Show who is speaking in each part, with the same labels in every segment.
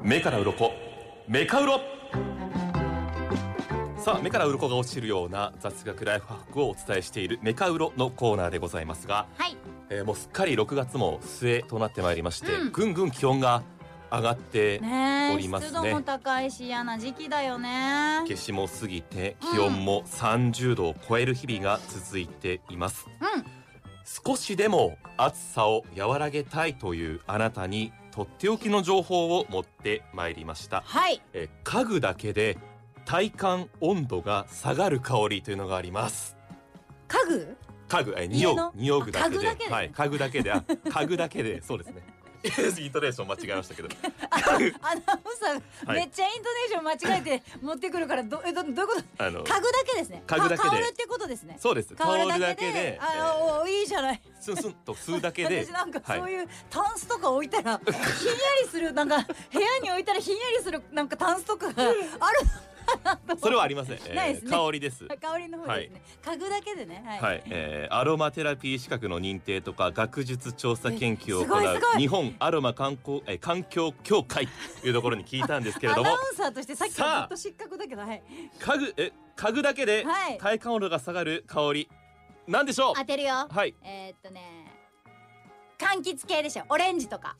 Speaker 1: 目から鱗メカウロさあ目から鱗が落ちるような雑学ライフハックをお伝えしているメカウロのコーナーでございますが、
Speaker 2: はい
Speaker 1: えーもうすっかり6月も末となってまいりまして、
Speaker 2: うん
Speaker 1: ぐんぐん気温が上がってお
Speaker 2: ねえ
Speaker 1: ります
Speaker 2: 湿度
Speaker 1: ね
Speaker 2: も高いし嫌な時期だよね
Speaker 1: 夏至も過ぎて気温も30度を超える日々が続いています、
Speaker 2: うん
Speaker 1: 少しでも暑さを和らげたいというあなたにとっておきの情報を持ってまいりました
Speaker 2: はい
Speaker 1: えー家具だけで体感温度が下がる香りというのがあります
Speaker 2: 家具
Speaker 1: 家具えー匂
Speaker 2: 家の
Speaker 1: う匂う具だけで
Speaker 2: あ家具だけで
Speaker 1: はい家具だけであ家具だけでそうですね イントネーション間違えましたけど
Speaker 2: アナウンサーが
Speaker 1: はい
Speaker 2: めっちゃイントネーション間違えて持ってくるからどえどどういうこと
Speaker 1: あの
Speaker 2: 家具だけですね
Speaker 1: 家具だけで
Speaker 2: か香るってことですね
Speaker 1: そうです
Speaker 2: 香るだけで
Speaker 1: え
Speaker 2: あ
Speaker 1: ー
Speaker 2: おいいじゃない
Speaker 1: スンスンと吸うだけで
Speaker 2: 私なんか
Speaker 1: はい
Speaker 2: そういうタンスとか置いたら、ひんやりするなんか部屋に置いたらひんやりするなんかタンスとかがある
Speaker 1: それはありません、えー
Speaker 2: ないですね
Speaker 1: 香りです
Speaker 2: 香りの方ですね、家具だけでねはい、
Speaker 1: はい、えーアロマテラピー資格の認定とか学術調査研究を行
Speaker 2: えすごいすご
Speaker 1: う
Speaker 2: い
Speaker 1: 日本アロマ観光、えー環境協会というところに聞いたんですけれ
Speaker 2: ア
Speaker 1: ど
Speaker 2: ナウ
Speaker 1: も
Speaker 2: ンサーとしてさっきからずっと失格だけどはい
Speaker 1: 家具え家具だけで
Speaker 2: はい
Speaker 1: 体感温度が下がる香りなんでしょ
Speaker 2: 当てるよ
Speaker 1: うはい
Speaker 2: えーっとね柑橘系でしょオレンジとか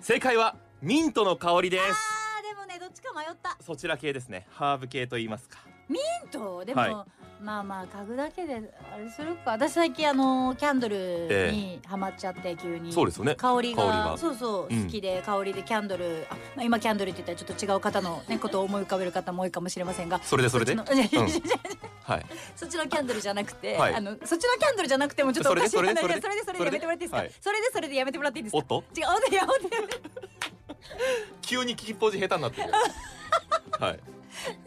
Speaker 1: 正解はミントの香りで
Speaker 2: あ
Speaker 1: す
Speaker 2: ーでもねどっちか迷った
Speaker 1: そちら系ですねハーブ系と言いますか
Speaker 2: ヒントでも、
Speaker 1: はい
Speaker 2: まあまあ家具だけであれするか私最近あのキャンドルにハマっちゃって急に、
Speaker 1: そうですよね
Speaker 2: 香りが
Speaker 1: 香りが
Speaker 2: そうそう
Speaker 1: うん
Speaker 2: 好きで、香りでキャンドルあ、まあ、今キャンドルって言ったらちょっと違う方の、ね、ことを思い浮かべる方も多いかもしれませんが
Speaker 1: それでそれで
Speaker 2: っちのいやいやいや
Speaker 1: うん
Speaker 2: いや
Speaker 1: はい
Speaker 2: そっちのキャンドルじゃなくて、
Speaker 1: はい
Speaker 2: あのそっちのキャンドルじゃなくてもちょっとおかしい
Speaker 1: それで
Speaker 2: 話
Speaker 1: そ
Speaker 2: そ
Speaker 1: れ
Speaker 2: れ
Speaker 1: で
Speaker 2: でそれでそ
Speaker 1: そ
Speaker 2: れで
Speaker 1: れ
Speaker 2: や
Speaker 1: で
Speaker 2: めてもらっていいですか、
Speaker 1: はい
Speaker 2: それでそれでやめてもらっていいです
Speaker 1: お
Speaker 2: か
Speaker 1: っと
Speaker 2: 違うお手やお手やめて
Speaker 1: 急に聞きっぽじ下手になって るはい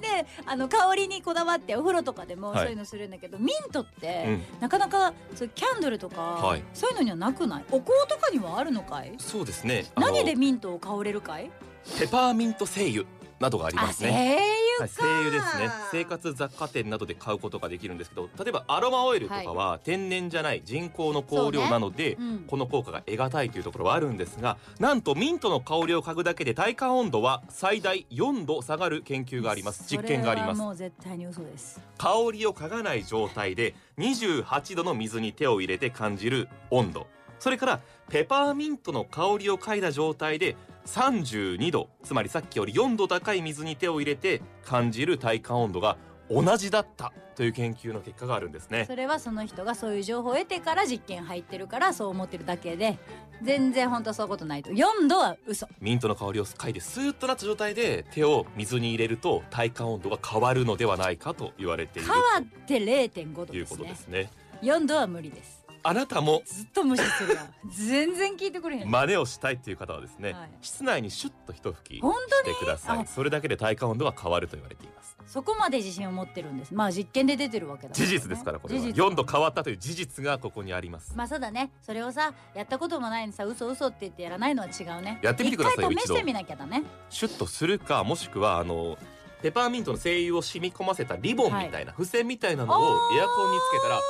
Speaker 2: であの香りにこだわってお風呂とかでも
Speaker 1: はい
Speaker 2: そういうのするんだけど、ミントって、
Speaker 1: うん
Speaker 2: なかなかそうキャンドルとか、
Speaker 1: はい
Speaker 2: そういうのにはなくないお香とかにはあるのかい
Speaker 1: そうですねあの
Speaker 2: 何でミントを香れるかい
Speaker 1: ペパーミント精油などがあり
Speaker 2: あ
Speaker 1: ますね
Speaker 2: 精
Speaker 1: は
Speaker 2: 油
Speaker 1: い、精
Speaker 2: か、
Speaker 1: 油ですね生活雑貨店などで買うことができるんですけど例えばアロマオイルとかは天然じゃない人工の香料なので、
Speaker 2: うん
Speaker 1: この効果が得難いというところはあるんですがなんとミントの香りを嗅ぐだけで体感温度は最大4度下がる研究があります実験がありま
Speaker 2: それ
Speaker 1: す
Speaker 2: はもう絶対に嘘です
Speaker 1: 香りを嗅がない状態で28度の水に手を入れて感じる温度それからペパーミントの香りを嗅いだ状態で32度つまりさっきより4度高い水に手を入れて感じる体感温度が同じだったという研究の結果があるんですね
Speaker 2: それはその人がそういう情報を得てから実験入ってるからそう思ってるだけで全然本当はそういうことないと4度は嘘
Speaker 1: ミントの香りを嗅いでスーッとなった状態で手を水に入れると体感温度が変わるのではないかと言われている
Speaker 2: 変わって0.5度
Speaker 1: という
Speaker 2: で
Speaker 1: こ
Speaker 2: す
Speaker 1: と
Speaker 2: ね
Speaker 1: ですね
Speaker 2: 4度は無理です
Speaker 1: あなたも
Speaker 2: ずっと無視するわ全然聞いてくれへん、
Speaker 1: 真似をしたいという方はですね、
Speaker 2: はい
Speaker 1: 室内にシュッと一吹き
Speaker 2: 本
Speaker 1: し
Speaker 2: 当
Speaker 1: て
Speaker 2: に
Speaker 1: ください
Speaker 2: あ
Speaker 1: それだけで体感温度が変わると言われています
Speaker 2: そこまで自信を持ってるんですまあ実験で出てるわけだ
Speaker 1: 事実ですからこれは
Speaker 2: 事実
Speaker 1: 4度変わったという事実がここにあります
Speaker 2: まあそうだねそれをさやったこともないのにさ嘘嘘って言ってやらないのは違うね
Speaker 1: やってみてくださいよ
Speaker 2: 一回試
Speaker 1: 一度
Speaker 2: してみなきゃだね
Speaker 1: シュッとするかもしくはあのペパーミントの精油を染み込ませたリボンみたいな、付箋みたいなのをエアコンにつけたら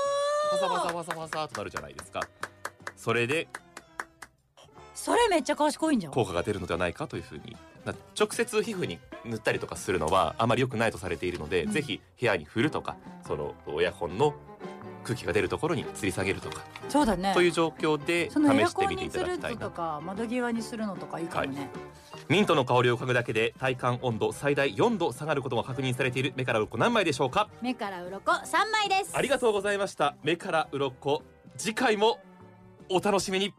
Speaker 1: パサパサパサパサっとなるじゃないですかそれで
Speaker 2: それめっちゃ賢いんじゃん
Speaker 1: 効果が出るのではないかというふうにな直接皮膚に塗ったりとかするのはあまり良くないとされているので、
Speaker 2: うん
Speaker 1: ぜひ部屋に振るとかそのエアコンの空気が出るところに吊り下げるとか
Speaker 2: そうだね
Speaker 1: という状況で試
Speaker 2: そのエア
Speaker 1: して
Speaker 2: コン
Speaker 1: みてい
Speaker 2: に
Speaker 1: た
Speaker 2: す
Speaker 1: だ
Speaker 2: る
Speaker 1: きたい
Speaker 2: の
Speaker 1: な
Speaker 2: とか窓際にするのとかいいかもね、
Speaker 1: ミントの香りを嗅ぐだけで体感温度最大4度下がることが確認されている目から鱗何枚でしょうか
Speaker 2: 目から鱗三枚です
Speaker 1: ありがとうございました目から鱗次回もお楽しみに